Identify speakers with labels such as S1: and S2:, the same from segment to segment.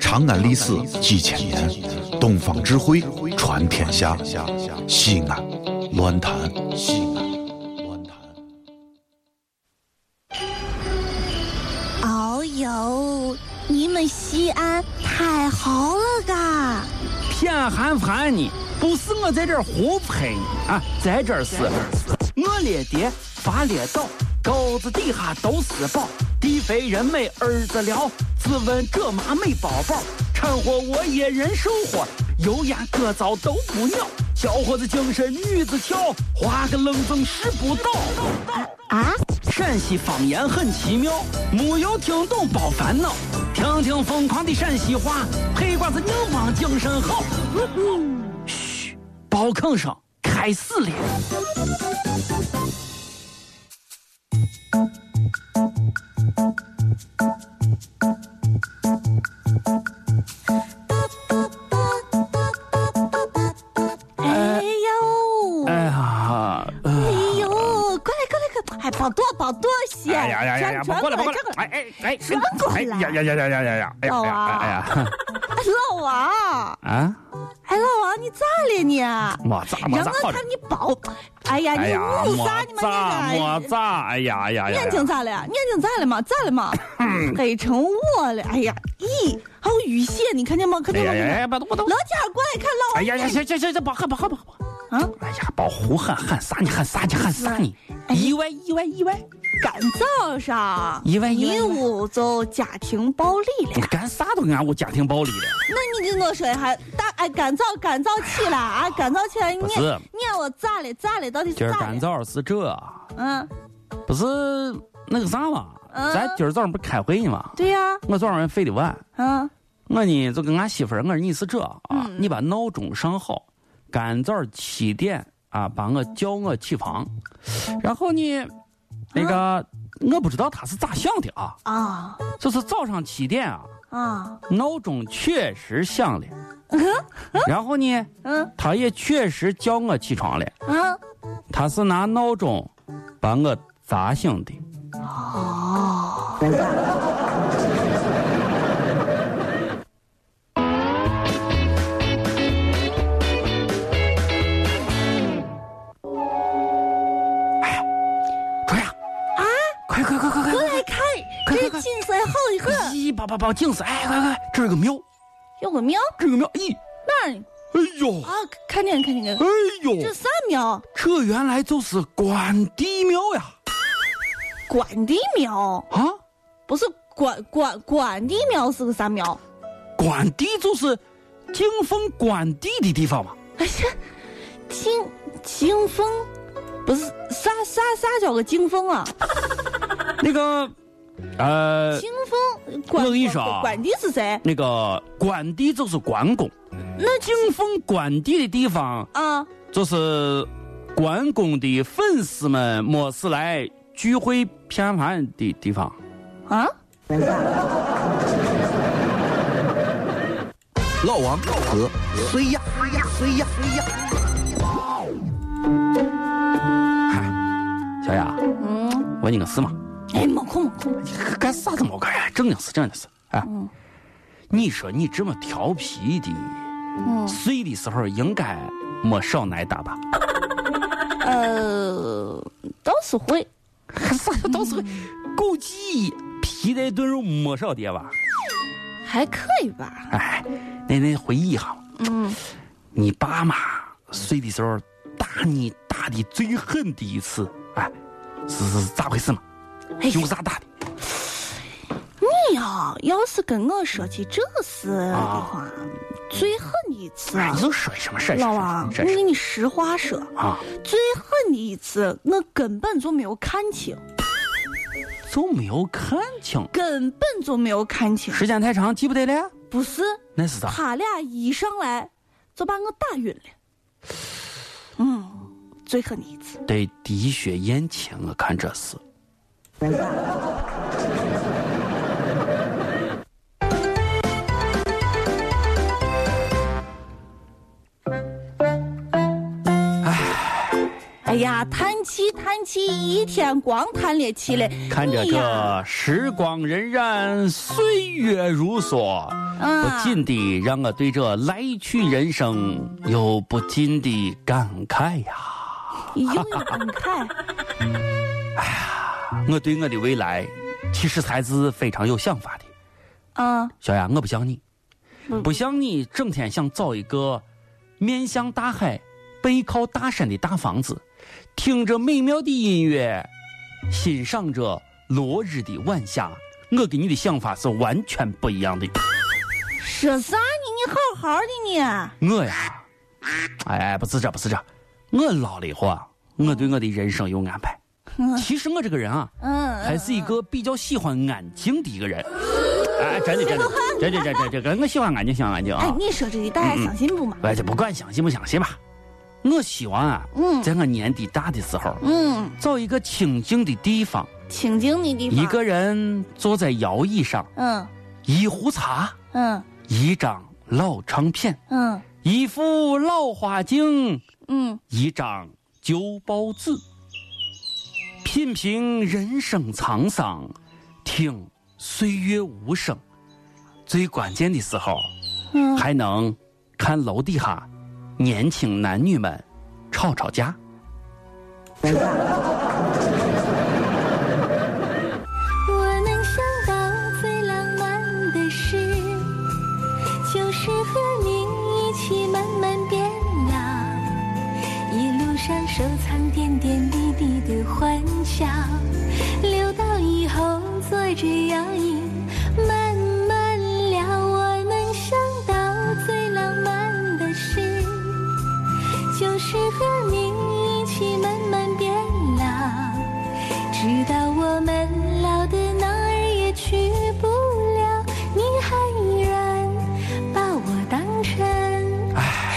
S1: 长安历史几千年，东方智慧传天下。西安，乱谈西安，乱
S2: 谈。哦呦，你们西安太好了嘎！
S3: 偏寒寒你，不是我在这儿胡喷你啊，在这儿是，我列爹发列倒，沟子底下都是宝。地肥人美儿子了，自问这妈没宝宝，掺和我也人生活，油盐各糟都不尿，小伙子精神女子俏，花个愣风拾不到。
S2: 啊！
S3: 陕西方言很奇妙，没有听懂别烦恼，听听疯狂的陕西话，黑瓜子硬邦精神好。嘘、嗯，包吭声开始了。
S2: 哎
S4: 哎
S2: 保哎多保多些！
S4: 呃哎呀呀呀呀！
S2: 转
S4: 过来过来！
S2: 哎哎哎！转过来！
S4: 呀呀呀呀呀呀呀！
S2: 老王！哎呀！ 老王！
S4: 啊！
S2: 哎，老王，你咋了你？
S4: 没咋没咋。
S2: 我看你包，哎呀，你误啥你妈
S4: 那个？没咋！哎呀呀嗯呀！
S2: 眼睛咋了？眼睛咋了嘛？咋了嘛？黑成我了！哎呀，咦，还有淤血，你看见没？看见没？
S4: 哎呀，把把把！
S2: 老贾过来看老王！
S4: 哎呀呀，行行行行，别喊别喊别喊！啊！哎呀，别胡喊喊啥？你喊啥？你喊啥？你意外意外意外！
S2: 干早上，
S4: 意外
S2: 你屋就家庭暴力了。
S4: 你干啥都俺屋家庭暴力了。
S2: 那你给我说一下，大哎干早干早起来啊，干早起来你你我咋了咋了？到底是
S4: 今儿干早是这，嗯，不是那个啥嘛，咱今儿早上不开会呢嘛？
S2: 对呀，
S4: 我早上也睡得晚，嗯，我呢就跟俺媳妇儿，我说你是这啊，你把闹钟上好。干早七点啊，把我叫我起床，然后呢，那个我不知道他是咋想的啊啊，就是早上七点啊啊，闹钟确实响了，然后呢，嗯，他也确实叫我起床了，
S2: 啊
S4: 嗯，他是拿闹钟把我砸醒的，哦。哎
S2: 景色好一个，
S4: 咦，把把把景色，哎，快快，这是个庙，
S2: 有个庙，
S4: 这个庙，咦，
S2: 哪儿呢？
S4: 哎呦，
S2: 啊，看见看见，
S4: 哎呦，
S2: 啊这啥庙？
S4: 这原来就是关帝庙呀！
S2: 关帝庙
S4: 啊，
S2: 不是关关关帝庙是个啥庙？
S4: 关帝就是敬奉关帝的地 方嘛。
S2: 哎呀，敬敬奉，不是啥啥啥叫个敬奉啊？
S4: 那个。呃，
S2: 清风管
S4: 我跟你说啊，
S2: 管地是谁？
S4: 那个管地就是关公，
S2: 那
S4: 清风管地的地方
S2: 啊，
S4: 就是关公的粉丝们没事来聚会偏盘的地方
S2: 啊。
S1: 老王和谁呀谁呀谁呀？
S4: 嗨，哎小雅，嗯，问你个事嘛。
S2: 哎，没空没空，
S4: 干啥子没干呀？正经事，正经事。哎，嗯、你说你这么调皮的，睡、嗯、的时候应该没少挨打吧？
S2: 呃，倒是会，
S4: 啥叫倒是会？估计皮带炖肉没少跌吧？
S2: 还可以吧？
S4: 哎，那那回忆哈，嗯，你爸妈睡的时候打你打的最狠的一次，哎，是是咋回事嘛？
S2: 哎
S4: 有啥打的？
S2: 你呀，要是跟我说起这事的话，最狠的一次，
S4: 哎
S2: 啊
S4: 你就说什么事？
S2: 老王，我跟你实话说啊，最狠的一次，我根本就没有看清，
S4: 就没有看清，
S2: 根本就没有看清。
S4: 时间太长，记不得了。
S2: 不是，
S4: 那是啥？
S2: 他俩一上来就把我打晕了。嗯，最狠的一次。
S4: 得滴血验亲，我看这是。
S2: 哎，哎呀，叹气叹气，一天光叹了起来。
S4: 哎看着
S2: 你哎呀
S4: 这时光荏苒，岁月如梭，
S2: 啊
S4: 不禁地让我对这来去人生有不禁的感慨呀、
S2: 你又有感慨，
S4: 我对我的未来，其实还是非常有想法的。
S2: 啊，
S4: 小雅，我不像你，
S2: 不
S4: 不像你整天想找一个面向大海、背靠大山的大房子，听着美妙的音乐，欣赏着落日的晚霞。我跟你的想法是完全不一样的。
S2: 说啥呢？你嗯好好的呢，
S4: 我呀，哎哎，不是这，不是这，我老了以后啊，我对我的人生有安排。其实我这个人啊，
S2: 嗯，
S4: 还是一个比较喜欢安静的一个人。哎，真的真的真的真的真的，我喜欢安静，喜欢安静
S2: 哎
S4: 啊，。
S2: 你说这句大家相信不嘛？
S4: 哎，这不管相信不相信吧，我希望啊，在我年纪大的时候，
S2: 嗯，
S4: 找一个清静的地方，
S2: 清静的地方，
S4: 一，个人坐在摇椅上，
S2: 嗯
S4: 一壶茶，
S2: 嗯
S4: 一张老唱片，
S2: 嗯
S4: 一副老花镜，
S2: 嗯，
S4: 一张旧报纸，品评人生沧桑，听岁月无声。最关键的时候，
S2: 嗯
S4: 还能看楼底下年轻男女们吵吵架。
S5: 我能想到最浪漫的事，就是和你一起慢慢变老，一路上收藏点点滴滴的欢笑，留到以后坐着摇椅慢慢聊。我能想到最浪漫的事。就是和你一起慢慢变老，直到我们老的哪儿也去不了，你还依然把我当成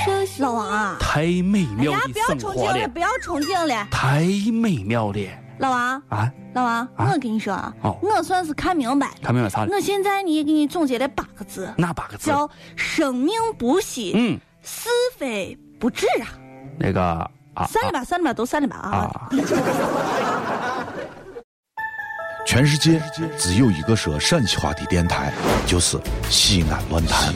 S5: 熟悉
S2: 老王啊，
S4: 太美
S2: 哎
S4: 妙
S2: 呀，不
S4: 的
S2: 要
S4: 生
S2: 憧
S4: 活
S2: 憬了，
S4: 了，
S2: 不要憧憬了，
S4: 太美妙了
S2: 老王，
S4: 啊！
S2: 老王，
S4: 啊
S2: 我跟你说啊
S4: 哦，啊
S2: 我算是看明白了。
S4: 看明白啥了？
S2: 我现在呢，给你总结了八个字，
S4: 那八个字，
S2: 叫“生命不息，
S4: 嗯，
S2: 是非不止”啊！
S4: 那个啊啊
S2: 散了吧，散了吧，都散了吧啊！
S4: 啊，
S1: 全世界只有一个说陕西话的电台，就是西安乱坛。